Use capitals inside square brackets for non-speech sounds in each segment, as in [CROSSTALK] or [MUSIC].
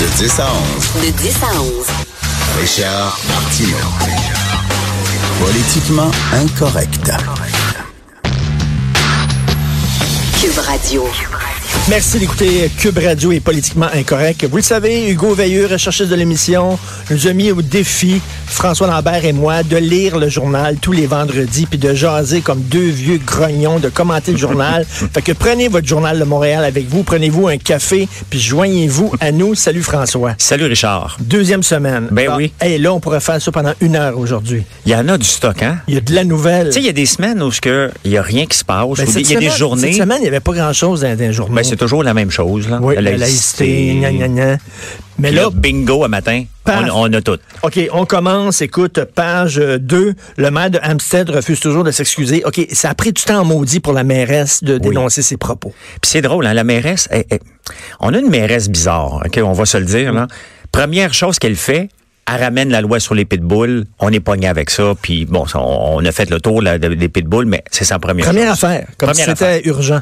De 10 à 11. De 10 à 11. Richard Martineau. Politiquement incorrect. Cube Radio. Merci d'écouter Cube Radio est politiquement incorrect. Vous le savez, Hugo Veilleux, recherchiste de l'émission, nous a mis au défi, François Lambert et moi, de lire le journal tous les vendredis, puis de jaser comme deux vieux grognons, de commenter le [LAUGHS] journal. fait que prenez votre journal de Montréal avec vous, prenez-vous un café, puis joignez-vous à nous. Salut François. Salut Richard. Deuxième semaine. Ben oui. Et là, on pourrait faire ça pendant une heure aujourd'hui. Il y en a du stock, hein? Il y a de la nouvelle. Tu sais, il y a des semaines où ce que il n'y a rien qui se passe. Ben, ou des- cette il y a des semaine- journées. Cette semaine, il n'y avait pas grand-chose dans, dans les journaux. Ben, c'est toujours la même chose. Là. Oui, La la laïcité. laïcité, gna, gna, gna. Mais Puis là, là, bingo à matin. Paf. On, on a tout. OK, on commence. Écoute, page euh, 2. Le maire de Hampstead refuse toujours de s'excuser. OK, ça a pris du temps maudit pour la mairesse de dénoncer ses propos. Puis c'est drôle, hein, la mairesse, elle- elle- on a une mairesse bizarre, OK, on va se le dire. là. Première chose qu'elle fait, elle ramène la loi sur les pitbulls. On est pogné avec ça. Puis bon, ça, on, on a fait le tour là, de- des pitbulls, mais c'est sa première Première chose. affaire, comme Première si c'était urgent.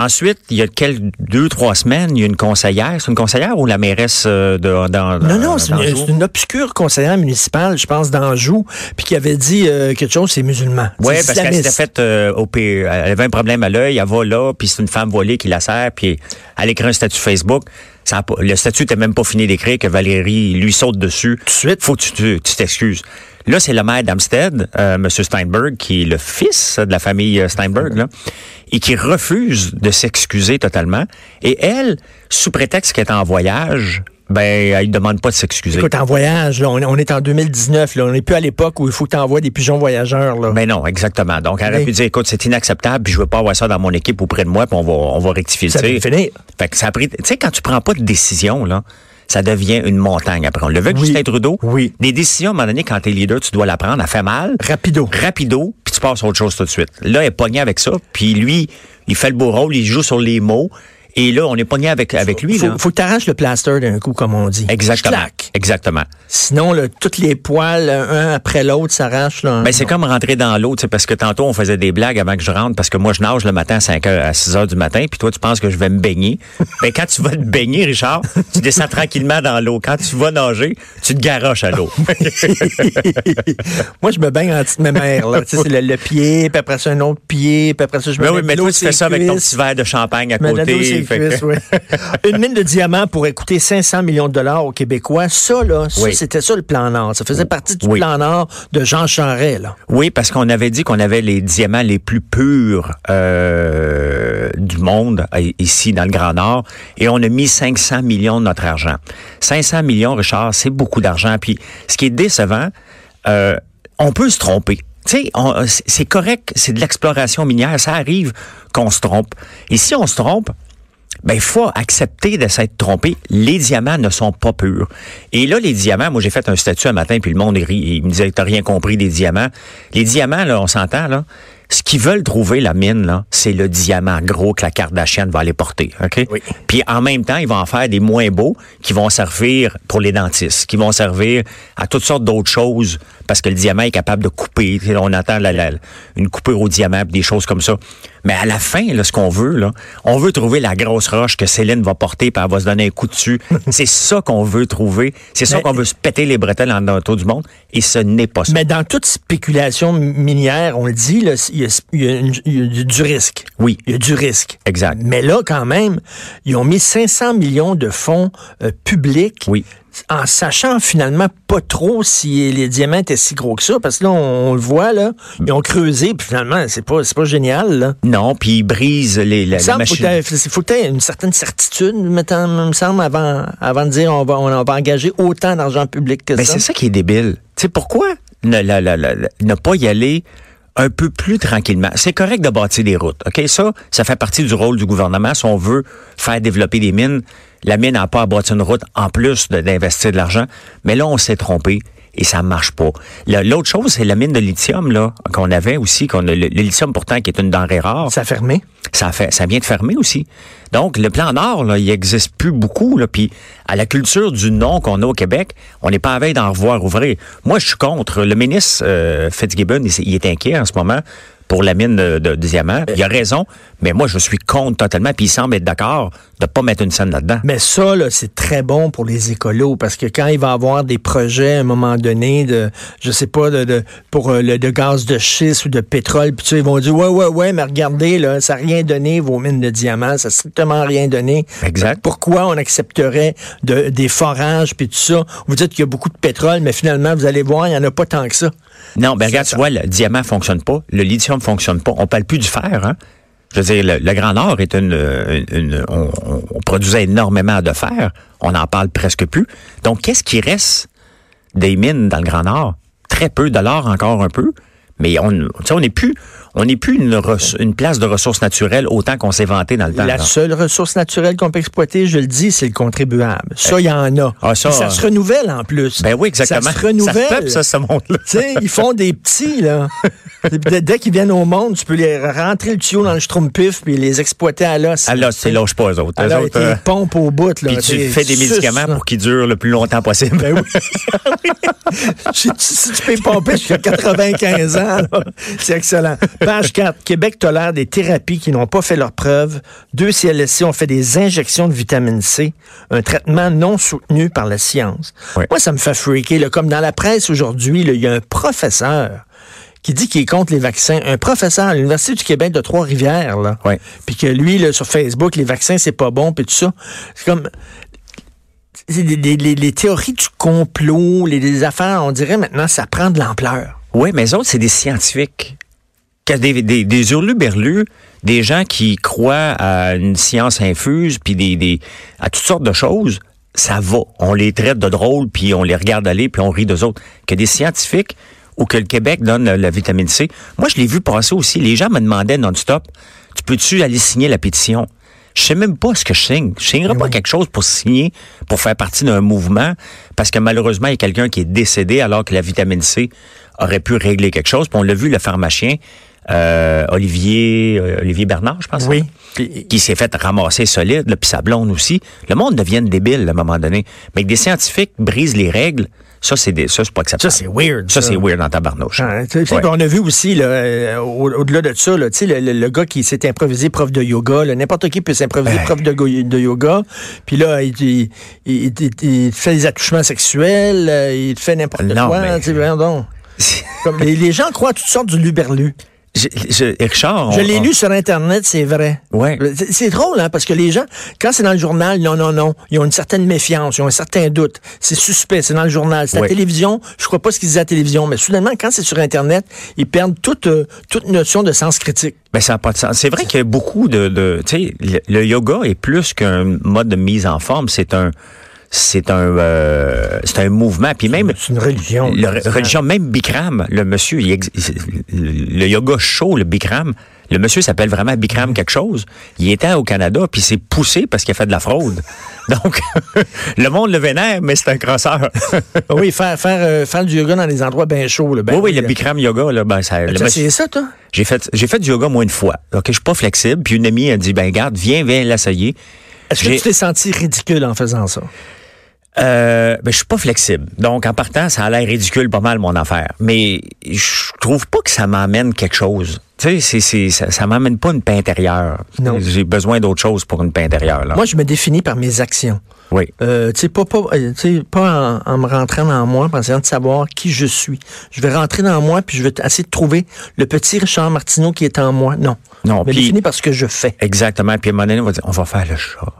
Ensuite, il y a quelques, deux, trois semaines, il y a une conseillère. C'est une conseillère ou la mairesse euh, de, dans, Non, non, c'est une, d'Anjou? c'est une obscure conseillère municipale, je pense, d'Anjou, puis qui avait dit euh, quelque chose, c'est musulman. Oui, C'est parce qu'elle islamiste. s'était faite euh, au P- Elle avait un problème à l'œil, elle va là, puis c'est une femme voilée qui la sert, puis elle écrit un statut Facebook. Ça a pas- le statut n'était même pas fini d'écrire que Valérie lui saute dessus. Tout de suite. Faut que tu te- tu t'excuses. Là, c'est le maire d'Amstead, M. Steinberg, qui est le fils de la famille euh, Steinberg, là, et qui refuse de s'excuser totalement. Et elle, sous prétexte qu'elle est en voyage, ben, elle ne demande pas de s'excuser. Écoute, en voyage, là, on, on est en 2019, là, on n'est plus à l'époque où il faut que tu envoies des pigeons voyageurs. Là. Mais non, exactement. Donc, elle aurait Mais- pu dire, écoute, c'est inacceptable, puis je veux pas avoir ça dans mon équipe auprès de moi, puis on va, on va rectifier Ça le tir. peut finir. Fait que ça a pris, tu sais, quand tu prends pas de décision, là, ça devient une montagne après. On le veut que Oui. Justin Trudeau. Oui. Des décisions, à un moment donné, quand t'es leader, tu dois la prendre, elle fait mal. Rapido. Rapido, puis tu passes à autre chose tout de suite. Là, elle est pognée avec ça, puis lui, il fait le beau rôle, il joue sur les mots, et là, on est pogné avec, avec lui, là. Faut, faut que tu arraches le plaster d'un coup, comme on dit. Exactement. Clac. Exactement. Sinon, là, toutes les poils, un après l'autre, s'arrachent. là. Ben, c'est comme rentrer dans l'eau, tu sais, parce que tantôt, on faisait des blagues avant que je rentre, parce que moi, je nage le matin à 5 heures, à 6 heures du matin, puis toi, tu penses que je vais [LAUGHS] me baigner. Ben, quand tu vas te baigner, Richard, tu descends tranquillement dans l'eau. Quand tu vas nager, tu te garoches [LAUGHS] à l'eau. Moi, je me baigne en petite mémère. [LAUGHS] Là. Tu sais, c'est le, le pied, puis après ça, un autre pied, puis après ça, je me Ben oui, mets de mais l'eau toi, tu sur fais ça les avec ton cuisses. petit verre de champagne à Je mets de la l'eau sur côté. les fait que- cuisses, [LAUGHS] oui. Une mine de diamants pourrait coûter 500 millions de dollars aux Québécois. Ça, là, ça, Oui. Mm. c'était ça le plan Nord. Ça faisait partie du Oui. plan Nord de Jean Charest. Là. Oui, parce qu'on avait dit qu'on avait les diamants les plus purs euh, du monde i- ici dans le Grand Nord et on a mis 500 millions de notre argent. 500 millions, Richard, c'est beaucoup d'argent. Puis ce qui est décevant, euh, on peut se tromper. Tu sais, on- c'est- c'est correct, c'est de l'exploration minière, ça arrive qu'on se trompe. Et si on se trompe, ben, il faut accepter de s'être trompé. Les diamants ne sont pas purs. Et là, les diamants, moi, j'ai fait un statut un matin, puis le monde, il, rit, il me disait, t'as rien compris des diamants. Les diamants, là, on s'entend, là. Ce qu'ils veulent trouver, la mine, là, c'est le diamant gros que la Kardashian va aller porter, OK? Oui. Puis en même temps, ils vont en faire des moins beaux qui vont servir pour les dentistes, qui vont servir à toutes sortes d'autres choses parce que le diamant est capable de couper. Tu sais, On entend la- la- une coupure au diamant, puis des choses comme ça. Mais à la fin, là, ce qu'on veut, là, on veut trouver la grosse roche que Céline va porter, puis elle va se donner un coup [LAUGHS] dessus. c'est ça qu'on veut trouver. C'est ça Mais- qu'on veut se péter les bretelles en dans- autour du monde. Et ce n'est pas ça. Mais dans toute spéculation minière, on le dit, là, il y, a- il y a une- il y a du risque. Oui. Il y a du risque. Exact. Mais là, quand même, ils ont mis 500 millions de fonds euh, publics. Oui. En sachant finalement pas trop si les diamants étaient si gros que ça, parce que là, on, on le voit, là, ils ont creusé, puis finalement, c'est pas, c'est pas génial, là. Non, puis ils brisent les, Ben, la, Il me la semble faut machine. que t'aies- faut que tu une certaine certitude, mettons, me semble, avant, avant de dire on va, on va engager autant d'argent public que Mais ça. Ben, c'est ça qui est débile. Tu sais, pourquoi ne, la- la- la- la- ne pas y aller un peu plus tranquillement? C'est correct de bâtir des routes, OK? Ça, ça fait partie du rôle du gouvernement. Si on veut faire développer des mines, la mine n'a pas à bâtir une route en plus de- d'investir de, l'argent. Mais là, on s'est trompé et ça marche pas. Le- L'autre chose, c'est la mine de lithium, là, qu'on avait aussi, qu'on a, le, le lithium pourtant qui est une denrée rare Ça a fermé. ça fait, ça vient de fermer aussi. Donc, le plan Nord, là, il existe plus beaucoup. Là, puis, à la culture du non qu'on a au Québec, on n'est pas à veille d'en revoir ouvrir. Moi, je suis contre. Le ministre euh, Fitzgibbon, il, s'est- il est inquiet en ce moment pour la mine de, de, de diamants. Il a raison, Mais moi, je suis contre totalement, puis il semble être d'accord de pas mettre une scène là-dedans. Mais ça, là, c'est très bon pour les écolos parce que quand il va avoir des projets à un moment donné de, je sais pas, de, de- pour euh, le de gaz de schiste ou de pétrole, puis tu sais, ils vont dire ouais, ouais, ouais, mais regardez là, ça n'a rien donné vos mines de diamants, ça n'a strictement rien donné. Exact. Pourquoi on accepterait de- des forages puis tout ça Vous dites qu'il y a beaucoup de pétrole, mais finalement, vous allez voir, il y en a pas tant que ça. Non, ben regarde, tu vois, le diamant fonctionne pas, le lithium fonctionne pas. On parle plus du fer, hein? Je veux dire, le, le Grand Nord est une... euh, une- une- on, on- on produisait énormément de fer. On n'en parle presque plus. Donc, qu'est-ce qui reste des mines dans le Grand Nord? Très peu, de l'or encore un peu. Mais on tu sais, on n'est plus, on n'est plus une, res- une place de ressources naturelles autant qu'on s'est vanté dans le temps. La là. seule ressource naturelle qu'on peut exploiter, je le dis, c'est le contribuable. Ça, il y en a. Ah, ça, Puis euh, se renouvelle en plus. Ben oui, exactement. Ça se renouvelle. Ça se peuple, ça, ce monde-là. Tu sais, ils font des petits, [LAUGHS] là. Puis dès- Dès qu'ils viennent au monde, tu peux les rentrer le tuyau dans le schtroumpif puis les exploiter à l'os. Alors, Ah, c'est lâche pas eux autres. Eux Alors, autres, ils euh, pompent au bout, là. puis tu T'es fais des sus, médicaments là. pour qu'ils durent le plus longtemps possible. Ben oui. [LAUGHS] si, tu, si tu peux pomper jusqu'à 95 ans, là, c'est excellent. Page 4. Québec tolère des thérapies qui n'ont pas fait leur preuve. Deux CLSC ont fait des injections de vitamine C, un traitement non soutenu par la science. Ouais. Moi, ça me fait freaker. là. Comme dans la presse aujourd'hui, là, il y a un professeur qui dit qu'il est contre les vaccins. Un professeur à l'Université du Québec de Trois-Rivières, là. Ouais. Puis que lui, là, sur Facebook, les vaccins, c'est pas bon, puis tout ça. C'est comme, c'est des- des- les, les théories du complot, les, les affaires, on dirait maintenant, ça prend de l'ampleur. Oui, mais eux autres, c'est des scientifiques. Que Des, des, des hurluberlus, des gens qui croient à une science infuse, puis des, des, à toutes sortes de choses, ça va. On les traite de drôles, puis on les regarde aller, puis on rit d'eux autres. Que des scientifiques ou que le Québec donne la, la vitamine C. Moi, je l'ai vu passer aussi. Les gens me demandaient non-stop, tu peux-tu aller signer la pétition? Je sais même pas ce que je signe. Je signerai pas quelque chose pour signer, pour faire partie d'un mouvement, parce que malheureusement, il y a quelqu'un qui est décédé alors que la vitamine C aurait pu régler quelque chose. Puis on l'a vu, le pharmacien, euh, Olivier, euh, Olivier Bernard, je pense. Oui. Puis- Qui s'est fait ramasser solide, là, puis sa blonde aussi. Le monde devient débile à un moment donné. Mais que des scientifiques brisent les règles, ça, c'est des- ça, c'est pas acceptable. Ça, c'est weird, Ça, ça. c'est weird dans ta barnouche. Hein, tu sais, Ouais. On a vu aussi, là, euh, au- au-delà de ça, là, tu sais, le, le- le gars qui s'est improvisé prof de yoga, là, n'importe qui peut s'improviser prof de, go- de yoga, puis là, il, il- il- il- il te fait des attouchements sexuels, euh, il te fait n'importe Non, quoi. mais- tu sais, voyons donc. Comme les, les gens croient à toutes sortes du luberlu. [LAUGHS] Je- je- Richard, Je on- l'ai on- lu sur Internet, c'est vrai. Ouais. C'est- C'est drôle, hein, parce que les gens, quand c'est dans le journal, non, non, non, ils ont une certaine méfiance, ils ont un certain doute. C'est suspect, c'est dans le journal. C'est à la Ouais. télévision, je crois pas ce qu'ils disent à la télévision, mais soudainement, quand c'est sur Internet, ils perdent toute, euh, toute notion de sens critique. Ben, ça n'a pas de sens. C'est vrai qu'il y a beaucoup de, de tu sais, le, le yoga est plus qu'un mode de mise en forme. C'est un, c'est un, euh, c'est un mouvement. Puis même, C'est une religion. le, re- religion, même Bikram, le monsieur, il ex- il- le yoga chaud, le Bikram, le monsieur s'appelle vraiment Bikram quelque chose. Il était au Canada, puis il s'est poussé parce qu'il a fait de la fraude. [LAUGHS] Donc, le monde le vénère, mais c'est un crosseur. [LAUGHS] Ah oui, faire, faire, euh, faire du yoga dans des endroits bien chauds. Là, ben oui, oui, le là. Bikram yoga, là, ben, ça, le T'as monsieur- essayé ça, toi? J'ai fait, j'ai fait du yoga moins une fois. Ok, je suis pas flexible. Puis une amie a dit, ben garde, viens, viens l'essayer. Est-ce que J'ai- tu t'es senti ridicule en faisant ça? Euh, ben je suis pas flexible. Donc en partant, ça a l'air ridicule pas mal mon affaire. Mais je trouve pas que ça m'amène quelque chose. Tu sais, c'est, c'est, ça, ça m'amène pas une paix intérieure. Non. J'ai besoin d'autre chose pour une paix intérieure. Là. Moi, je me définis par mes actions. oui. Euh, tu sais, pas, pas, euh, tu sais, pas en, en me rentrant dans moi, en essayant de savoir qui je suis. Je vais rentrer dans moi, puis je vais t- essayer de trouver le petit Richard Martineau qui est en moi. Non. Non, Mais puis- défini par ce que je fais. Exactement. Puis à un moment donné, on va dire, on va faire le [GASPS] chat.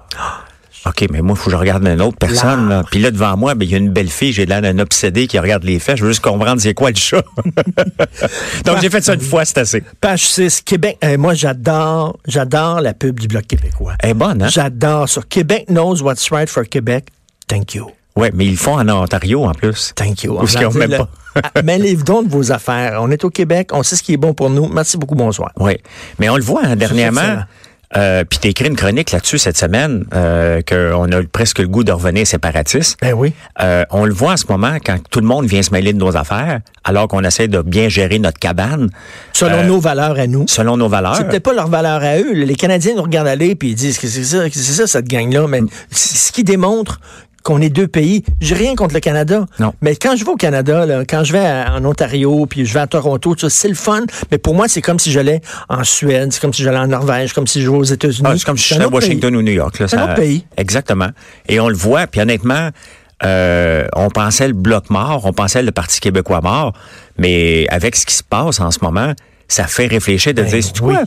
OK, mais moi, il faut que je regarde une autre personne. Là. Puis là, devant moi, ben, il y a une belle fille, j'ai l'air d'un obsédé qui regarde les fesses. Je veux juste comprendre c'est quoi le chat. [LAUGHS] Donc, j'ai fait ça une fois, c'est assez. Page 6, Québec. Euh, moi, j'adore, j'adore la pub du Bloc québécois. Elle est bonne, hein? J'adore ça. Québec knows what's right for Québec. Thank you. Oui, mais ils le font en Ontario, en plus. Thank you. Parce qu'ils ont même [LAUGHS] pas. Ah, Mêlez-vous donc de vos affaires. On est au Québec, on sait ce qui est bon pour nous. Merci beaucoup, bonsoir. Oui. Mais on le voit hein, dernièrement. excellent. Euh, Puis t'as écrit une chronique là-dessus cette semaine, euh, qu'on a presque le goût de revenir séparatiste. Ben oui. Euh, on le voit en ce moment quand tout le monde vient se mêler de nos affaires, alors qu'on essaie de bien gérer notre cabane Selon nos valeurs à nous. selon nos valeurs. C'est peut-être pas leur valeur à eux. Les Canadiens nous regardent aller puis ils disent que c'est ça, que c'est ça cette gang-là. Mais c- ce qui démontre qu'on est deux pays. J'ai rien contre le Canada. Non. Mais quand je vais au Canada, là, quand je vais à- en Ontario, puis je vais à Toronto, tout ça, c'est le fun. Mais pour moi, c'est comme si j'allais en Suède, c'est comme si j'allais en Norvège, comme si je vais aux États-Unis. Ah, c'est comme si C'est j'étais un à autre Washington ou New York. Là, C'est un ça- autre pays. Exactement. Et on le voit, puis honnêtement, euh, on pensait le Bloc mort, on pensait le Parti québécois mort, mais avec ce qui se passe en ce moment, ça fait réfléchir de dire, c'est Ben oui. quoi?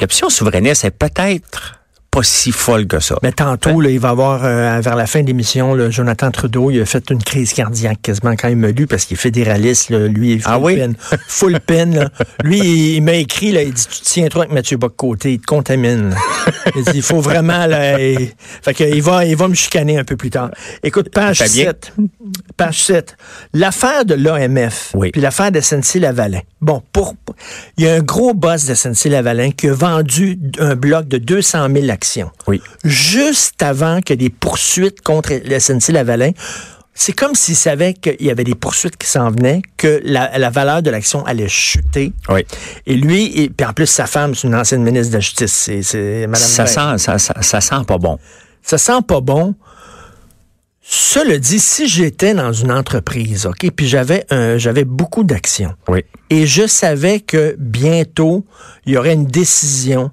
L'option souverainiste est peut-être pas si folle que ça. Mais tantôt, là, il va avoir, euh, vers la fin de l'émission, là, Jonathan Trudeau, il a fait une crise cardiaque quasiment quand il me lu parce qu'il est fédéraliste, là, lui, il est full Ah oui? pin. [LAUGHS] Full pin, là. Lui, il, il m'a écrit, là, il dit, tu te tiens trop avec Mathieu Bock-Côté, il te contamine. il dit, il faut vraiment, là, il... Fait que, il va, il va me chicaner un peu plus tard. Écoute, page Fait bien. 7. Page 7. L'affaire de l'AMF, Oui. puis l'affaire de SNC-Lavalin. Bon, pour, il y a un gros boss de SNC-Lavalin qui a vendu un bloc de 200 000 actions Oui. juste avant que des poursuites contre le SNC Lavalin. C'est comme s'ils savaient qu'il y avait des poursuites qui s'en venaient, que la, la valeur de l'action allait chuter. Oui. Et lui, et, puis en plus, sa femme, c'est une ancienne ministre de la Justice, c'est, c'est Madame Ça Veil. sent, ça, ça- ça sent pas bon. Ça sent pas bon. Cela dit, si j'étais dans une entreprise, OK, puis j'avais, un- j'avais beaucoup d'actions, Oui. et je savais que bientôt, il y aurait une décision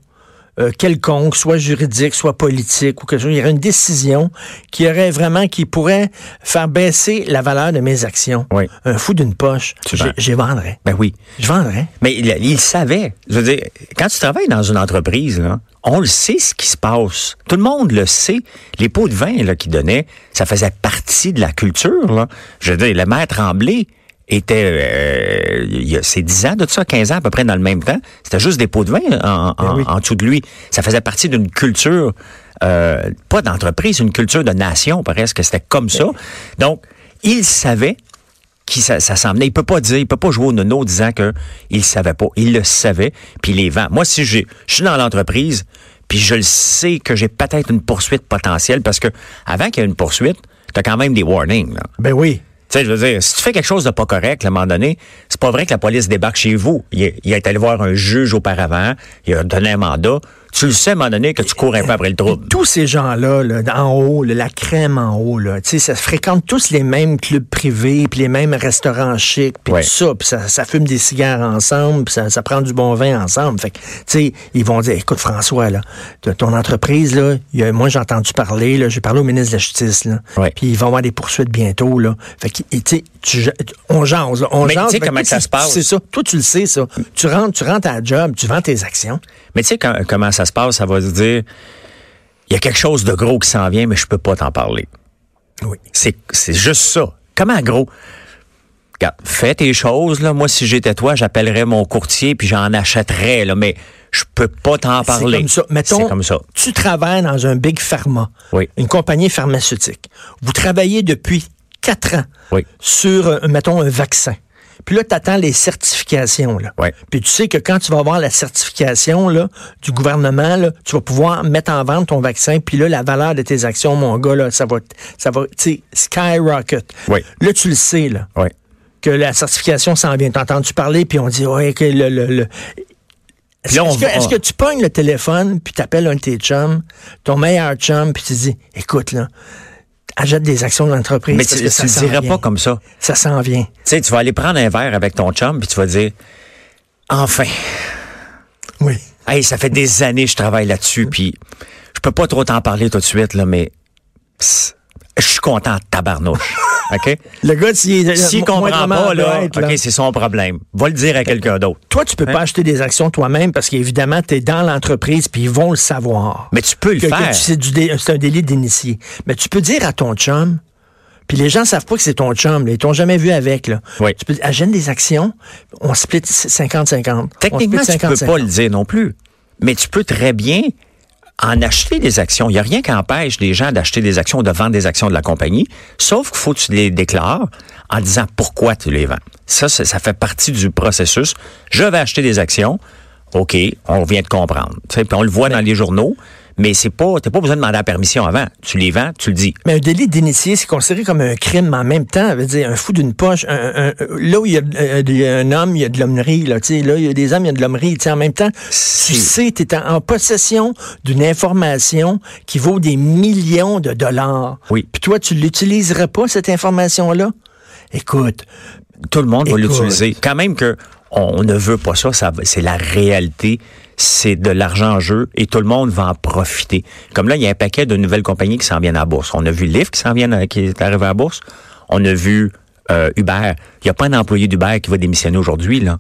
euh, quelconque, soit juridique, soit politique, ou quelque chose. Il y aurait une décision qui aurait vraiment, qui pourrait faire baisser la valeur de mes actions. Oui. Un fou d'une poche, Tu vends. j'ai j'ai vendrais. Ben oui. Je vendrais. Mais il, il savait. Je veux dire, quand tu travailles dans une entreprise, là, on le sait ce qui se passe. Tout le monde le sait. Les pots de vin là, qu'il donnait, ça faisait partie de la culture. Là. Je veux dire, le maire Tremblay était, euh, il y a- c'est 10 ans de ça, 15 ans à peu près dans le même temps. C'était juste des pots de vin en, en- oui. en dessous de lui. Ça faisait partie d'une culture, euh, pas d'entreprise, une culture de nation, presque. C'était comme ça. Donc, il savait qui ça, ça s'en venait. Il peut pas dire, il peut pas jouer au nono disant que il savait pas. Il le savait, puis il les vend. Moi, si j'ai, je suis dans l'entreprise, puis je le sais que j'ai peut-être une poursuite potentielle, parce que avant qu'il y ait une poursuite, t'as quand même des warnings. là. Ben oui. Tu sais, je veux dire, si tu fais quelque chose de pas correct, à un moment donné, c'est pas vrai que la police débarque chez vous. Il est, il est allé voir un juge auparavant, il a donné un mandat. Tu le sais, à un moment donné, que tu cours un peu après le trouble. Tous ces gens-là, là, en haut, là, la crème en haut, là, tu sais, ça se fréquente tous les mêmes clubs privés, puis les mêmes restaurants chics, puis Ouais. tout ça, puis ça, ça fume des cigares ensemble, puis ça, ça prend du bon vin ensemble. Fait que, tu sais, ils vont dire, écoute François, là, t- ton entreprise, là, il y a- moi j'ai entendu parler, là, j'ai parlé au ministre de la Justice, là, Ouais. puis ils vont avoir des poursuites bientôt, là. Fait que, et tu sais, tu ja- on jase, là, on Mais tu sais jase. Fait que comment toi, que ça tu- se passe. C'est ça. Toi, tu le sais, ça. Tu rentres, tu rentres à la job, tu vends tes actions. Mais tu sais quand- comment ça se passe, ça va se dire, il y a quelque chose de gros qui s'en vient, mais je peux pas t'en parler. Oui. C'est, c'est juste ça. Comment gros? Regarde, fais tes choses, là. Moi, si j'étais toi, j'appellerais mon courtier puis j'en achèterais, là. Mais je peux pas t'en parler. C'est comme ça. Mettons, C'est comme ça. tu travailles dans un big pharma, Oui. une compagnie pharmaceutique. Vous travaillez depuis quatre ans Oui. sur, euh, mettons, un vaccin. Puis là, tu attends les certifications. Là. Oui. Puis tu sais que quand tu vas avoir la certification là, du gouvernement, là, tu vas pouvoir mettre en vente ton vaccin. Puis là, la valeur de tes actions, mon gars, là, ça va, ça va tu sais, skyrocket. Oui. Là, tu le sais. Là Oui. que la certification s'en vient. T'as entendu parler, puis on dit, ouais, que le... le, le- Est-ce là, on est-ce que, va- est-ce que tu pognes le téléphone, puis t'appelles un de tes chums, ton meilleur chum, puis tu dis, écoute, là, achète des actions de l'entreprise. Mais parce tu, que tu ça le s'en dirais vient. pas comme ça. Ça s'en vient. Tu sais, tu vas aller prendre un verre avec ton chum puis tu vas dire, enfin. Oui. Hey, ça fait des années que je travaille là-dessus, puis je peux pas trop t'en parler tout de suite, là, mais pss, je suis content de [LAUGHS] tabarnouche. OK? Le gars, s'il S'il mo- comprend moindrement pas, là, bête, OK, Hein? c'est son problème. Va le dire à quelqu'un d'autre. Toi, tu peux pas acheter des actions toi-même parce qu'évidemment, tu es dans l'entreprise puis ils vont le savoir. Mais tu peux le Que- que faire. tu- c'est, du dé- c'est un délit d'initié. Mais tu peux dire à ton chum, puis les gens savent pas que c'est ton chum, là, ils t'ont jamais vu avec. Là. Oui. Tu peux dire, achète des actions, on split 50-50. Techniquement, on tu split peux 50-50. pas le dire non plus. Mais tu peux très bien en acheter des actions. Il n'y a rien qui empêche les gens d'acheter des actions ou de vendre des actions de la compagnie, sauf qu'il faut que tu les déclares en disant pourquoi tu les vends. Ça, ça, ça fait partie du processus. Je vais acheter des actions. OK, on vient de comprendre. Tu sais, Puis on le voit dans les journaux, Mais c'est pas, t'as pas besoin de demander la permission avant. Tu les vends, tu le dis. Mais un délit d'initié, c'est considéré comme un crime, mais en même temps, veut dire, un fou d'une poche, un- un- là où il y, a, euh, il y a un homme, il y a de l'hommerie, là, tu sais, là, il y a des hommes, il y a de l'hommerie, tu sais, en même temps, tu Si. sais, tu es en, en possession d'une information qui vaut des millions de dollars. Oui. Puis toi, tu l'utiliserais pas, cette information-là? Écoute, Tout le monde va Écoute. l'utiliser. Quand même que on ne veut pas ça, ça va- c'est la réalité. C'est de l'argent en jeu et tout le monde va en profiter. Comme là, il y a un paquet de nouvelles compagnies qui s'en viennent à la bourse. On a vu Lyft qui s'en vient, à- qui est arrivé à la bourse. On a vu euh, Uber. Il n'y a pas d'employé d'Uber qui va démissionner aujourd'hui, là.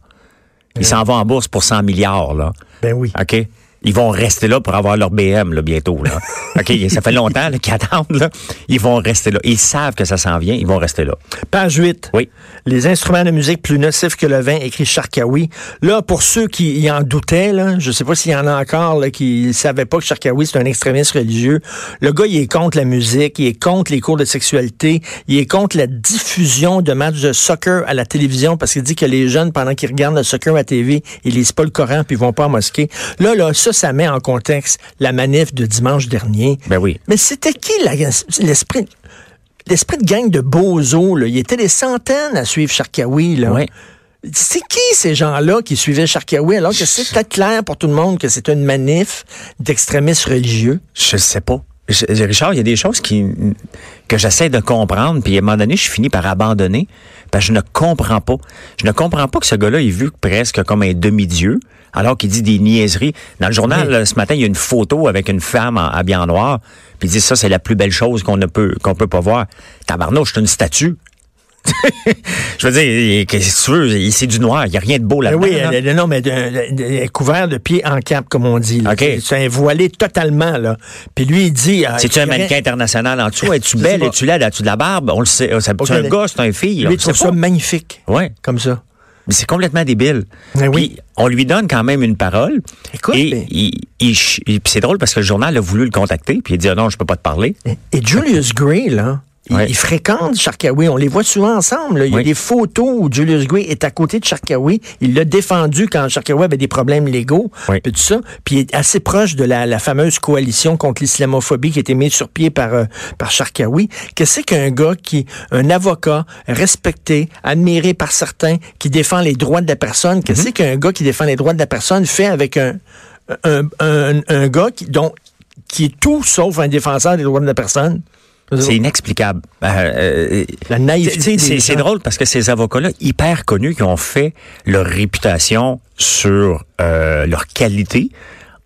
Ils s'en vont en bourse pour 100 milliards, là. Euh. ben oui. OK? Ils vont rester là pour avoir leur BM là, bientôt. [LAUGHS] Là. OK? Ça fait longtemps là, qu'ils attendent. Là. Ils vont rester là. Ils savent que ça s'en vient. Ils vont rester là. Page 8. Oui. Les instruments de musique plus nocifs que le vin, écrit Sharkawi. Là, pour ceux qui y en doutaient, là, je sais pas s'il y en a encore là, qui savaient pas que Sharkawi, c'est un extrémiste religieux. Le gars, il est contre la musique, il est contre les cours de sexualité, il est contre la diffusion de matchs de soccer à la télévision parce qu'il dit que les jeunes, pendant qu'ils regardent le soccer à la TV, ils lisent pas le Coran puis ils vont pas à la mosquée. Là, là, ça, ça met en contexte la manif de dimanche dernier. Ben oui. Mais c'était qui la- l'esprit l'esprit de gang de bozos, là? Il était des centaines à suivre Sharkawi, là. Ouais. C'est qui ces gens-là qui suivaient Sharkawi alors que c'est peut-être clair pour tout le monde que c'est une manif d'extrémistes religieux? Je ne sais pas. Je- je- Richard, il y a des choses qui, que j'essaie de comprendre, puis à un moment donné, je finis par abandonner, parce que je ne comprends pas. Je ne comprends pas que ce gars-là est vu presque comme un demi-dieu, alors qu'il dit des niaiseries. Dans le journal, là, ce matin, il y a une photo avec une femme en, habillée en noir, puis il dit ça, c'est la plus belle chose qu'on ne peut, qu'on peut pas voir. Tabarnouche, c'est une statue. [LAUGHS] je veux dire, qu'est-ce que tu veux? Il- C'est du noir, il n'y a rien de beau là-dedans. Ben oui, là. elle, elle- non, mais de- de- elle est couverte de pied en cap, comme on dit. là. OK. C'est- C'est un voilé totalement, là. Puis lui, il dit... ah, C'est-tu il un ferait- mannequin international en dessous? Es-tu Je sais belle? pas. Es-tu laide? As-tu de la barbe? On le sait. C'est Ok, un mais- gars, c'est un fille. là, Lui, on il trouve sait ça pas. magnifique, Ouais. comme ça. Mais c'est complètement débile. Mais Puis, oui. on lui donne quand même une parole. Écoute, et mais- il, il ch- et puis c'est drôle parce que le journal a voulu le contacter, puis il a dit Ah non, je peux pas te parler. Et Julius Gray, là, il, Ouais. il fréquente Sharkawi. On les voit souvent ensemble. là. Il y a Oui. des photos où Julius Gray est à côté de Sharkawi. Il l'a défendu quand Sharkawi avait des problèmes légaux. Oui. Puis tout ça. Puis il est assez proche de la, la fameuse coalition contre l'islamophobie qui a été mise sur pied par, euh, par Sharkawi. Qu'est-ce qu'un gars qui, un avocat respecté, admiré par certains, qui défend les droits de la personne, Mm-hmm. qu'est-ce qu'un gars qui défend les droits de la personne fait avec un, un, un- un gars qui, dont, qui est tout sauf un défenseur des droits de la personne? C'est inexplicable. Euh, euh, La naïveté c'est- des c'est- C'est gens. drôle parce que ces avocats-là, hyper connus, qui ont fait leur réputation sur euh, leur qualité,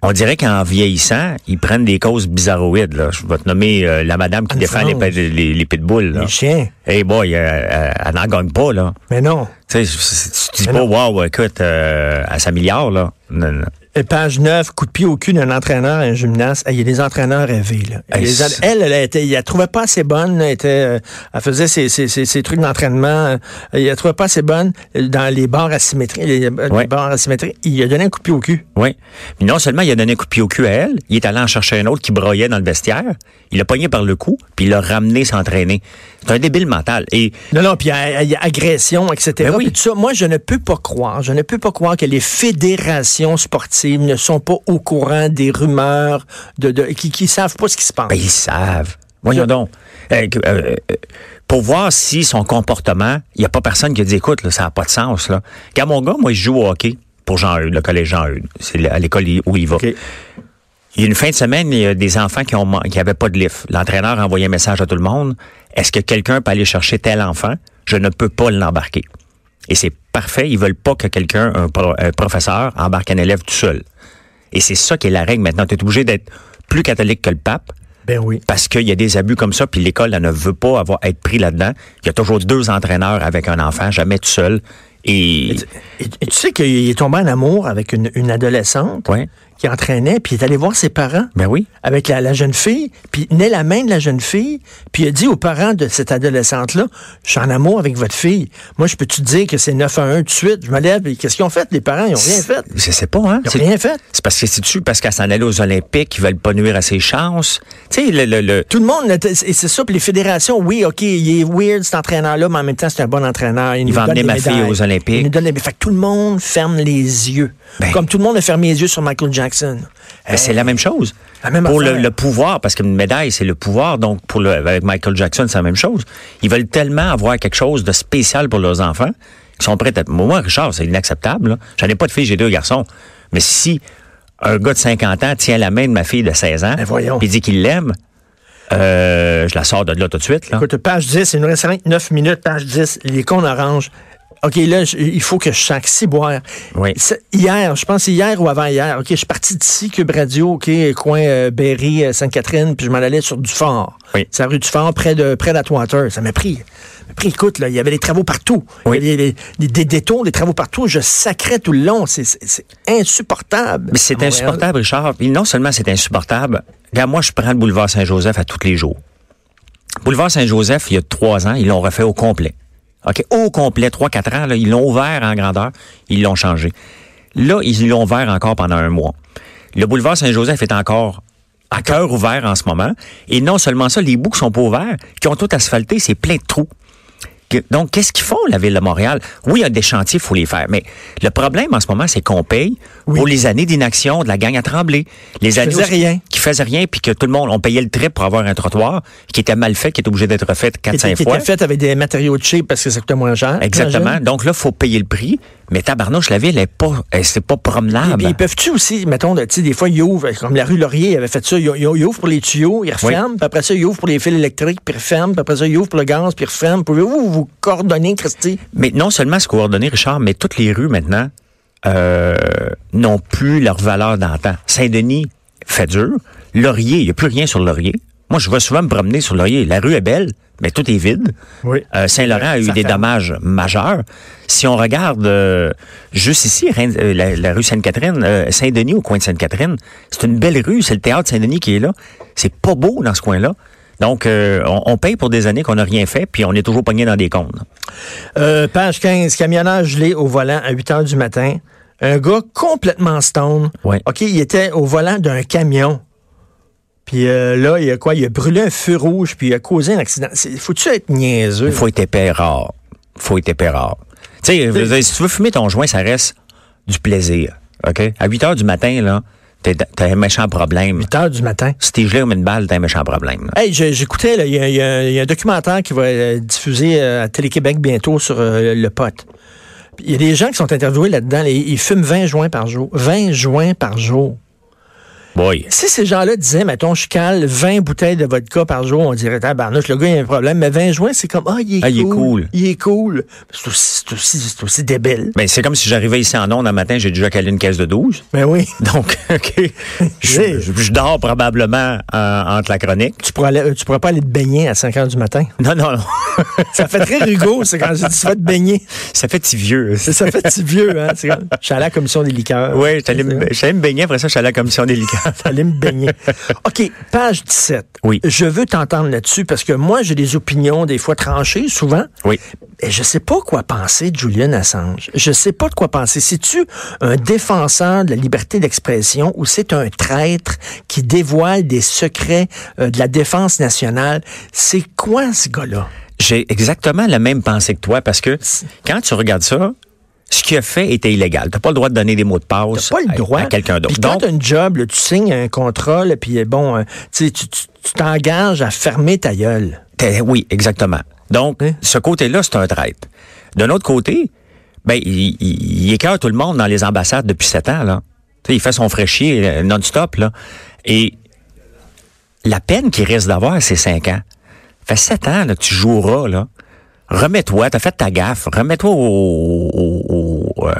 on dirait qu'en vieillissant, ils prennent des causes bizarroïdes. Là. Je vais te nommer euh, la madame qui Anne défend les, France. pe- les, les pitbulls. là. Ah, Les chiens. Hey boy, euh, euh, elle n'en gagne pas, là. Mais non. Tu sais, tu- tu dis Mais pas, wow, écoute, euh, à sa milliard, là. Non, non. Et page 9, coup de pied au cul d'un entraîneur à un gymnaste. Hey, Il y a des entraîneurs rêvés. Là. Il y a Hey, des en- c'est- elle, elle, était, elle trouvait pas assez bonne. là, Elle, était, euh, elle faisait ses, ses- ses- ses trucs d'entraînement. euh, Elle la trouvait pas assez bonne euh, dans les bars asymétriques. Les, euh, les Ouais. bars asymétriques. Il lui a donné un coup de pied au cul. Oui. Mais non seulement il a donné un coup de pied au cul à elle, il est allé en chercher un autre qui broyait dans le vestiaire, il l'a pogné par le cou, puis il l'a ramené s'entraîner. C'est un débile mental. Et Non, non, puis il y a- il y, a agression, etc. Ben oui. Puis tout ça, moi, je ne peux pas croire, je ne peux pas croire que les fédérations sportives ne sont pas au courant des rumeurs, de, de, qui ne savent pas ce qui se passe. ben, ils savent. Voyons donc. Euh, que- euh, euh, pour voir si son comportement, il n'y a pas personne qui a dit, écoute, là, ça n'a pas de sens. Là. Quand mon gars, moi, je joue au hockey pour Jean-Eudes, le collège Jean-Eudes. C'est à l'école où il va. OK. Il y a une fin de semaine, il y a des enfants qui ont man- qui avaient pas de lift. L'entraîneur a envoyé un message à tout le monde. Est-ce que quelqu'un peut aller chercher tel enfant? Je ne peux pas l'embarquer. Et c'est parfait. Ils veulent pas que quelqu'un, un, pro- un professeur, embarque un élève tout seul. Et c'est ça qui est la règle maintenant. Tu es obligé d'être plus catholique que le pape Ben oui. parce qu'il y a des abus comme ça, puis l'école elle ne veut pas avoir être pris là-dedans. Il y a toujours deux entraîneurs avec un enfant, jamais tout seul. Et Et, et tu sais qu'il est tombé en amour avec une, une adolescente Ouais. qui entraînait, puis il est allé voir ses parents ben oui. avec la, la jeune fille, puis il tenait la main de la jeune fille, puis il a dit aux parents de cette adolescente-là, je suis en amour avec votre fille. Moi, je peux-tu te dire que c'est 9 à 1 tout de suite? Je me lève, et qu'est-ce qu'ils ont fait? Les parents, ils ont rien fait. Je sais pas, hein? Ils ont C'est- rien fait. C'est parce que c'est tu parce qu'elle s'en allait aux Olympiques, ils veulent pas nuire à ses chances. Tu sais, le, le, le- Tout le monde, là, t- et c'est ça, puis les fédérations, oui, OK, il est weird cet entraîneur-là, mais en même temps, c'est un bon entraîneur. Il, nous va donne emmener des ma fille médailles. aux Olympiques. Il nous donne des- Fait que tout le monde ferme les yeux. Ben. Comme tout le monde a fermé les yeux sur Michael Jackson. ben, Euh, c'est la même chose. La même pour le, affaire. le pouvoir, parce qu'une médaille, c'est le pouvoir. Donc, pour le, avec Michael Jackson, c'est la même chose. Ils veulent tellement avoir quelque chose de spécial pour leurs enfants qu'ils sont prêts à... Moi, Richard, c'est inacceptable. là. J'en ai pas de fille, j'ai deux garçons. Mais si un gars de 50 ans tient la main de ma fille de 16 ans, Ben voyons. puis dit qu'il l'aime, euh, je la sors de là tout de suite. Là. Écoute, page 10, il nous reste 9 minutes, page 10, les cons orange. OK, là, je- il faut que je sache si boire. Oui. C'est- Hier, je pense que c'est hier ou avant-hier. OK, je suis parti d'ici, Cube Radio, OK, coin euh, Berry, euh, Sainte-Catherine, puis je m'en allais sur Dufort. Oui. C'est la rue Dufort, près de près d'Atwater. Ça m'a pris. ça m'a pris, écoute, là, il y avait des travaux partout. Oui. Il y avait des, des- des détours, des travaux partout. Je sacrais tout le long. C'est- C'est c'est insupportable. Ah Mais À c'est Montréal. insupportable, Richard. Puis non seulement c'est insupportable, regarde, moi, je prends le boulevard Saint-Joseph à tous les jours. Boulevard Saint-Joseph, il y a trois ans, ils l'ont refait au complet. OK, au complet, trois, quatre ans, là, ils l'ont ouvert en grandeur, ils l'ont changé. Là, ils l'ont ouvert encore pendant un mois. Le boulevard Saint-Joseph est encore à cœur ouvert en ce moment. Et non seulement ça, les bouts qui sont pas ouverts, qui ont tout asphalté, c'est plein de trous. Que- Donc, qu'est-ce qu'ils font, la Ville de Montréal? Oui, il y a des chantiers, il faut les faire. Mais le problème en ce moment, c'est qu'on paye pour les années d'inaction de la gang à trembler. Les années faisait où- rien. Qui faisaient rien, puis que tout le monde, on payait le trip pour avoir un trottoir qui était mal fait, qui était obligé d'être refait Qui 4-5 était, qui fois. était faite avec des matériaux cheap parce que ça coûtait moins cher. Exactement. j'imagine. Donc là, faut payer le prix. Mais tabarnouche, la ville, elle est pas, elle, c'est pas Et promenable. puis, ils peuvent-tu aussi, mettons, tu sais, des fois, ils ouvrent, comme la rue Laurier avait fait ça, ils, ils- ils ouvrent pour les tuyaux, ils referment, puis après ça, ils ouvrent pour les fils électriques, puis ils referment, puis après ça, ils ouvrent pour le gaz, puis ils referment. Pouvez-vous vous coordonner, Christy? Mais non seulement se coordonner, Richard, mais toutes les rues maintenant euh, n'ont plus leur valeur d'antan. Saint-Denis fait dur. Laurier, il n'y a plus rien sur Laurier. Moi, je vais souvent me promener sur Laurier. La rue est belle, mais tout est vide. Oui. Euh, Saint-Laurent a eu Ça des ferme. dommages majeurs. Si on regarde euh, juste ici, Reine- euh, la, la rue Sainte-Catherine, euh, Saint-Denis au coin de Sainte-Catherine, c'est une belle rue, c'est le théâtre Saint-Denis qui est là. C'est pas beau dans ce coin-là. Donc, euh, on, on paye pour des années qu'on n'a rien fait, puis on est toujours pogné dans des comptes. Euh, page 15, camionnage gelé au volant à 8 heures du matin. Un gars complètement stone. Ouais. OK, il était au volant d'un camion. Puis euh, là, il a quoi? Il a brûlé un feu rouge, puis il a causé un accident. C'est- Faut-tu être niaiseux? Il faut être épais rare. faut être épais rare. Tu sais, je veux dire, si tu veux fumer ton joint, ça reste du plaisir. OK? À 8 heures du matin, là, t'es- t'as un méchant problème. 8 heures du matin. Si t'es gelé comme une balle, t'as un méchant problème. là. Hey, je- j'écoutais, là, il y, a- il y a il y a un documentaire qui va être diffusé euh, à Télé-Québec bientôt sur euh, le pote. Il y a des gens qui sont interviewés là-dedans, les- ils fument 20 joints par jour. 20 joints par jour. Boy. Si ces gens-là disaient, mettons, je cale 20 bouteilles de vodka par jour, on dirait, tabarnouche, le gars, il a un problème. Mais 20 joints, c'est comme, ah, il est Ah, cool. il est cool. Il est cool. C'est aussi, c'est aussi, c'est aussi débile. Ben, c'est comme si j'arrivais ici en ondes un matin, j'ai déjà calé une caisse de 12. Mais Ben oui, [LAUGHS] Donc, [LAUGHS] OK. Je, je- je dors probablement euh, entre la chronique. tu pourrais, aller- tu pourrais pas aller te baigner à 5 heures du matin. Non, non, [LAUGHS] non. Ça fait très Hugo, c'est quand je dis, tu vas te baigner. ça fait petit vieux. Ça fait petit vieux, hein. C'est comme, Je suis allé à la commission des liqueurs. Oui, j'allais me j'allais me baigner, après ça, je suis allé à la commission délicate. Allez me baigner. OK, page 17. Oui. Je veux t'entendre là-dessus parce que moi, j'ai des opinions des fois tranchées, souvent. Oui. Et je sais pas quoi penser de Julian Assange. Je sais pas de quoi penser. C'est-tu un défenseur de la liberté d'expression ou c'est un traître qui dévoile des secrets euh, de la défense nationale? C'est quoi ce gars-là? J'ai exactement la même pensée que toi parce que quand tu regardes ça, ce qu'il a fait était illégal. T'as pas le droit de donner des mots de passe T'as pas à- le droit. à, quelqu'un d'autre. Puis quand Donc, t'as une job, là, tu signes un contrat, là, puis euh, bon, euh, tu sais, tu- tu tu t'engages à fermer ta gueule. t'es- oui, exactement. Donc, Hein? ce côté-là, c'est un traître. D'un autre côté, ben, il, il, il écœure tout le monde dans les ambassades depuis sept ans, là. Tu sais, il fait son fraîchier euh, non-stop, là. Et la peine qu'il risque d'avoir, c'est cinq ans. Fait sept ans, là, que tu joueras, là. Remets-toi, t'as fait ta gaffe, remets-toi au, au- au- euh,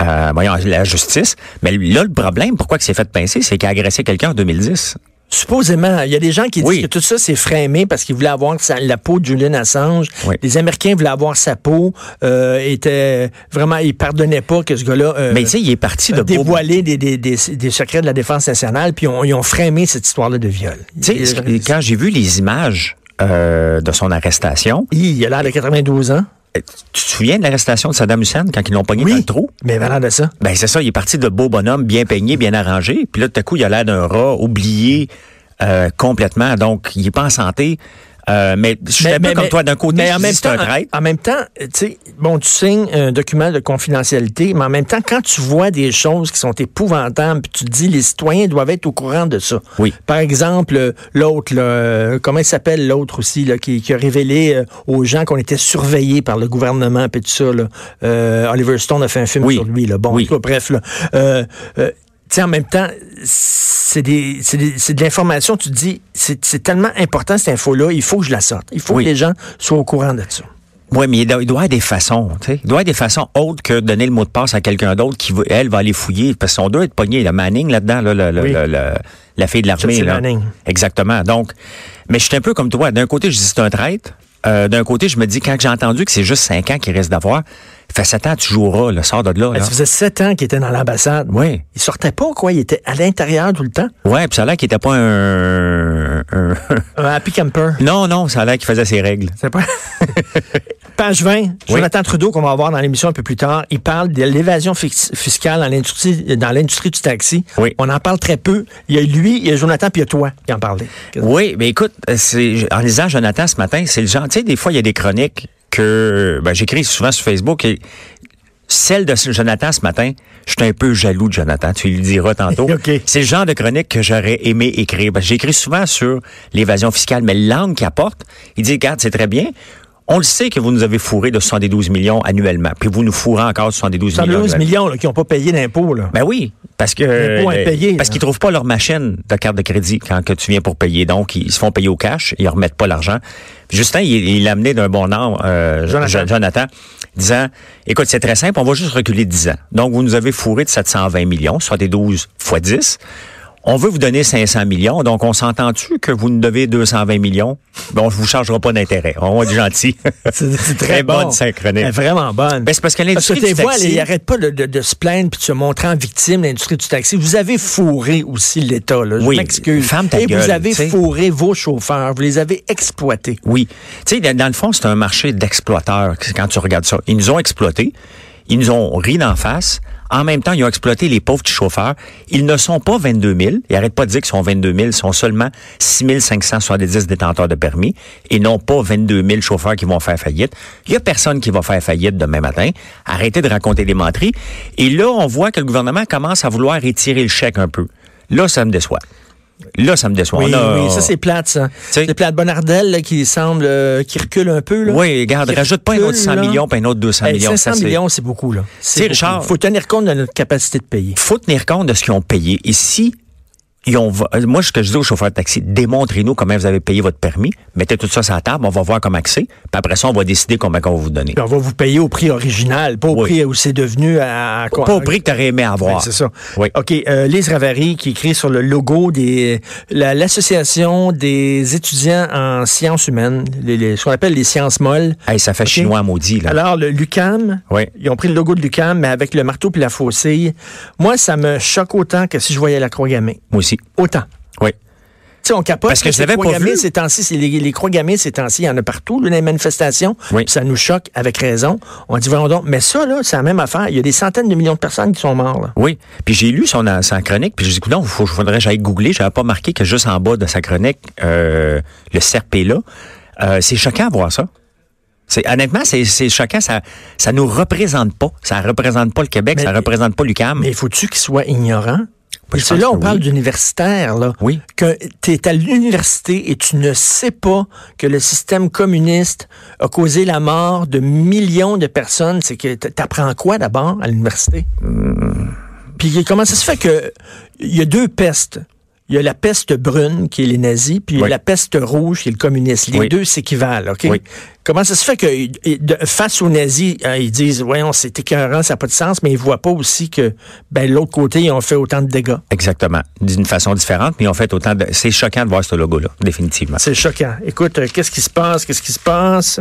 euh, voyons, à la justice. Mais là, le problème, pourquoi il s'est fait pincer, c'est qu'il a agressé quelqu'un en 2010. Supposément, il y a des gens qui disent Oui. que tout ça c'est frémé parce qu'ils voulaient avoir sa- la peau de Julian Assange. Oui. Les Américains voulaient avoir sa peau. Euh, était vraiment, ils pardonnaient pas que ce gars-là euh, Mais tu sais, il est parti de beau- dévoilait des, des, des, des secrets de la défense nationale, puis on- ils ont frémé cette histoire-là de viol. Tu sais, il, quand j'ai vu les images euh, de son arrestation, il, il a l'air de 92 ans. euh, tu te souviens de l'arrestation de Saddam Hussein quand ils l'ont pogné dans le trou? mais il a l'air de ça. Ben c'est ça, il est parti de beau bonhomme, bien peigné, bien arrangé. Puis là, tout à coup, il a l'air d'un rat oublié euh, complètement. Donc, il est pas en santé. Euh, mais je suis Mais- un peu mais- comme mais- toi, d'un côté, mais je en dis même c'est un temps, traître. en- En même temps, tu sais, bon, tu signes un document de confidentialité, mais en même temps, quand tu vois des choses qui sont épouvantables, puis tu te dis les citoyens doivent être au courant de ça. Oui. Par exemple, euh, l'autre, là, euh, comment il s'appelle l'autre aussi, là, qui, qui a révélé euh, aux gens qu'on était surveillés par le gouvernement, puis tout ça. là. Euh, Oliver Stone a fait un film Oui. sur lui. Là. Bon, Oui. en tout cas, bref. Là. Euh, euh, tu sais, en même temps, c'est des, c'est des- c'est de l'information. Tu te dis, c'est c'est tellement important cette info-là, il faut que je la sorte. Il faut Oui. que les gens soient au courant de ça. Oui, mais il doit, il doit y avoir des façons, tu sais. Il doit y avoir des façons autres que donner le mot de passe à quelqu'un d'autre qui, va- elle, va aller fouiller. Parce qu'on doit être pogné, la Manning, là-dedans, là, le- le- Oui. le- le- la fille de l'armée. Chelsea là. Manning. Exactement. Donc, mais je suis un peu comme toi. D'un côté, je dis c'est un traître. Euh, D'un côté, je me dis, quand j'ai entendu que c'est juste cinq ans qu'il reste d'avoir, fait sept ans, tu joueras, le sort de là. là. Ça faisait sept ans qu'il était dans l'ambassade. Ah. Oui. Il sortait pas, quoi. Il était à l'intérieur tout le temps. Ouais, puis ça a l'air qu'il était pas un... un- [LAUGHS] Un happy camper. non, non, ça a l'air qu'il faisait ses règles. C'est [LAUGHS] pas. Page 20, Jonathan Trudeau, qu'on va avoir dans l'émission un peu plus tard, il parle de l'évasion fix- fiscale dans l'industrie, dans l'industrie du taxi. Oui. On en parle très peu. Il y a lui, il y a Jonathan, puis il y a toi qui en parlait. Oui, mais écoute, euh, c'est- en lisant Jonathan ce matin, c'est le genre, tu sais, des fois, il y a des chroniques que ben, j'écris souvent sur Facebook et celle de ce- Jonathan ce matin, je suis un peu jaloux de Jonathan, tu lui diras tantôt. OK. C'est le genre de chronique que j'aurais aimé écrire. Parce que J'écris souvent sur l'évasion fiscale, mais l'angle qu'il apporte, il dit, regarde, c'est très bien. On le sait que vous nous avez fourré de 72 millions annuellement, puis vous nous fourrez encore 72 millions. 112 annuellement. millions là, qui n'ont pas payé d'impôts. là. Ben oui, parce que L'impôt euh, impayé, parce là. qu'ils trouvent pas leur machine de carte de crédit quand que tu viens pour payer. Donc ils se font payer au cash, ils remettent pas l'argent. Justin, il il l'a amené d'un bon an, euh, Jonathan. Jo- Jonathan, disant écoute, c'est très simple, on va juste reculer 10 ans. Donc vous nous avez fourré de 720 millions, soit des 12 fois 10. On veut vous donner 500 millions, donc on s'entend-tu que vous nous devez 220 millions? Bon, on vous chargera pas d'intérêt. On va être gentil. C'est [LAUGHS] c'est très, Très bonne bon. synchronique. Elle est vraiment bonne. Ben, c'est parce que l'industrie tes du voix, taxi- elle, ils n'arrêtent pas de, de- de se plaindre puis de se montrer en victime l'industrie du taxi. Vous avez fourré aussi l'État. là. Je Oui. m'excuse. Ferme ta Et gueule, vous avez tu sais. fourré vos chauffeurs. Vous les avez exploités. Oui. Tu sais, dans dans le fond, c'est un marché d'exploiteurs que- quand tu regardes ça. Ils nous ont exploités. Ils nous ont ri d'en face. En même temps, ils ont exploité les pauvres petits chauffeurs. Ils ne sont pas 22 000. Ils n'arrêtent pas de dire qu'ils sont 22 000. Ils sont seulement 6 570 détenteurs de permis et non pas 22 000 chauffeurs qui vont faire faillite. Il n'y a personne qui va faire faillite demain matin. Arrêtez de raconter des menteries. Et là, on voit que le gouvernement commence à vouloir étirer le chèque un peu. Là, ça me déçoit. Là, ça me déçoit. Oui, On a- oui, ça c'est plate, ça. sais- C'est plate. Bonardel là, qui semble, euh, qui recule un peu. Là. Oui, regarde, Qui rajoute pas un autre recule, 100 là. millions, puis un autre 200 Hey, millions. 500 ça, c'est- millions, c'est beaucoup là. C'est Tu sais, beaucoup. Richard- faut tenir compte de notre capacité de payer. faut tenir compte de ce qu'ils ont payé. Et si ils ont, va- moi, ce que je dis aux chauffeurs de taxi, démontrez-nous comment vous avez payé votre permis, mettez tout ça sur la table, on va voir comment que c'est, puis après ça, on va décider combien qu'on va vous donner. Puis on va vous payer au prix original, pas au Oui. prix où c'est devenu à, à quoi- Pas au prix que tu aurais aimé avoir. Ouais, c'est ça. Oui. OK. Euh, Lise Ravary qui écrit sur le logo des la- l'association des étudiants en sciences humaines, les, les- ce qu'on appelle les sciences molles. Hey, ça fait OK. chinois maudit, là. Alors, le Lucam, Oui. ils ont pris le logo de Lucam, mais avec le marteau puis la faucille. Moi, ça me choque autant que si je voyais la croix gammée. Moi aussi. Autant. Oui. Tu sais, on capote. Parce que je les l'avais croix pas gammées vu. ces temps-ci, c'est les, les croix gammées ces temps-ci, il y en a partout, là, dans les manifestations. Oui. Puis Ça nous choque avec raison. On dit, vraiment donc, mais ça, là, c'est la même affaire. Il y a des centaines de millions de personnes qui sont mortes, là. Oui. Puis j'ai lu son, euh, sa chronique, puis j'ai dit, non, il faudrait que j'aille googler. J'avais pas marqué que juste en bas de sa chronique, euh, le serpent est là. Euh, c'est choquant à voir ça. C'est, honnêtement, c'est, c'est choquant. Ça, ça nous représente pas. Ça représente pas le Québec. Mais- ça représente pas l'UCAM. Mais faut-tu qu'ils soient ignorants? Parce que pense là, on que parle oui. d'universitaire, là. Oui. Que tu es à l'université et tu ne sais pas que le système communiste a causé la mort de millions de personnes. C'est que t- t'apprends quoi d'abord à l'université? Hmm. Puis comment ça se fait que il y a deux pestes? Il y a la peste brune, qui est les nazis, puis il y a Oui. la peste rouge, qui est le communisme. Les Oui. deux s'équivalent, OK? Oui. Comment ça se fait que et de- face aux nazis, hein, ils disent, voyons, c'est écœurant, ça n'a pas de sens, mais ils voient pas aussi que, ben, de l'autre côté, ils ont fait autant de dégâts. Exactement. D'une façon différente, mais en fait autant de... C'est choquant de voir ce logo-là, définitivement. C'est choquant. Écoute, euh, qu'est-ce qui se passe? Qu'est-ce qui se passe?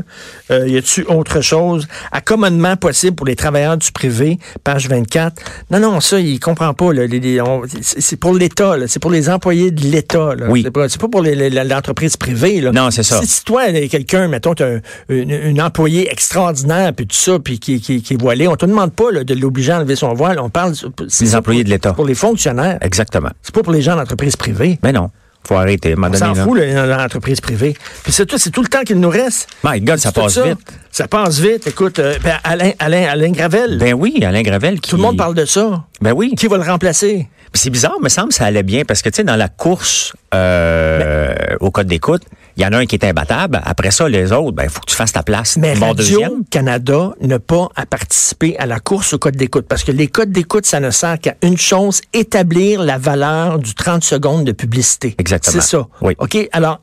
Euh, y a-tu autre chose? Accommodement possible pour les travailleurs du privé, page 24. Non, non, ça, il comprend pas. là. Les- les- on- c'est c'est pour l'État, là. c'est pour les employés de l'État. là. Oui. C'est pas, c'est pas pour les- les- la- l'entreprise privée. là. Non, c'est ça. Si, si toi, là, quelqu'un, mettons, tu un, une, une employée extraordinaire, puis tout ça, puis qui, qui, qui est voilée, on te demande pas là, de l'obliger à enlever son voile. On parle... c'est Les ça employés pour- de l'État. Pour les fonctionnaires. Exactement. C'est pas pour les gens d'entreprise privée. Mais non. faut arrêter. à un moment On s'en donné, là. fout, là, l'entreprise privée. Puis c'est tout, c'est tout le temps qu'il nous reste. My God, ça C'est tout passe vite. Ça passe vite. Écoute, euh, ben, Alain, Alain, Alain Gravel, Ben oui, Alain Gravel qui. tout le monde parle de ça. Ben oui. Qui va le remplacer? Puis C'est bizarre, me semble, ça allait bien parce que, tu sais, dans la course euh, au code d'écoute, il y en a un qui est imbattable. Après ça, les autres, ben, il faut que tu fasses ta place. Mais Bon, deuxième. Radio-Canada n'a pas à participer à la course au code d'écoute parce que les codes d'écoute, ça ne sert qu'à une chose, établir la valeur du 30 secondes de publicité. Exactement. C'est ça. Oui. OK, alors,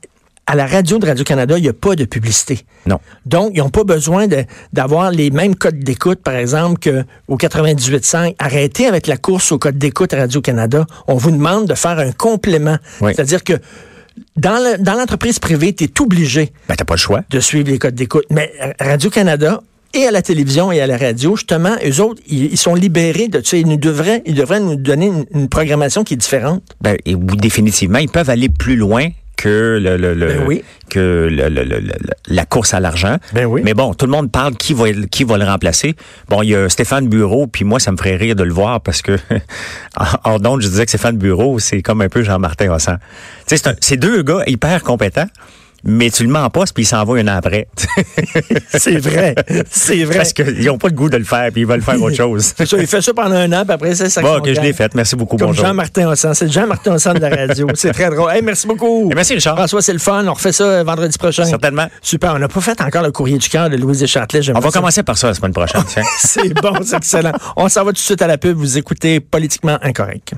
à la radio de Radio-Canada, il n'y a pas de publicité. Non. Donc, ils n'ont pas besoin de- d'avoir les mêmes codes d'écoute, par exemple, qu'au 98.5. Arrêtez avec la course au code d'écoute à Radio-Canada. On vous demande de faire un complément. Oui. C'est-à-dire que dans le- dans l'entreprise privée, tu es obligé Ben, t'as pas le choix. de suivre les codes d'écoute. Mais Radio-Canada et à la télévision et à la radio, justement, eux autres, ils, ils sont libérés de ça. Ils, nous devraient, ils devraient nous donner une, une programmation qui est différente. Ben, et oui, définitivement, ils peuvent aller plus loin que le, le- le- Ben oui. que le- le- le- le- la course à l'argent. Ben oui. Mais bon, tout le monde parle qui va qui va le remplacer. Bon, il y a Stéphane Bureau, puis moi ça me ferait rire de le voir parce que [LAUGHS] en donc je disais que Stéphane Bureau, c'est comme un peu Jean-Martin Hossan. Tu sais, c'est un- c'est deux gars hyper compétents, mais tu le mets en poste puis il s'en va un an après. [LAUGHS] C'est vrai. C'est vrai. parce qu'ils ont pas le goût de le faire, puis ils veulent faire [LAUGHS] [LAUGHS] autre chose. C'est ça, il fait ça pendant un an, puis après ça, ça Bon, son que je l'ai gang. faite. Merci beaucoup. Comme bonjour. Jean-Martin Hossan. C'est le Jean-Martin Hossan de la [LAUGHS] radio. c'est très drôle. Hey, merci beaucoup. Eh, merci, Richard. François, c'est le fun. On refait ça euh, vendredi prochain. Certainement. Super. On n'a pas fait encore le courrier du cœur de Louise Deschâtelet. On va [LAUGHS] commencer par ça la semaine prochaine. tiens. C'est bon, c'est excellent. On s'en va tout de suite à la pub. Vous écoutez Politiquement Incorrect.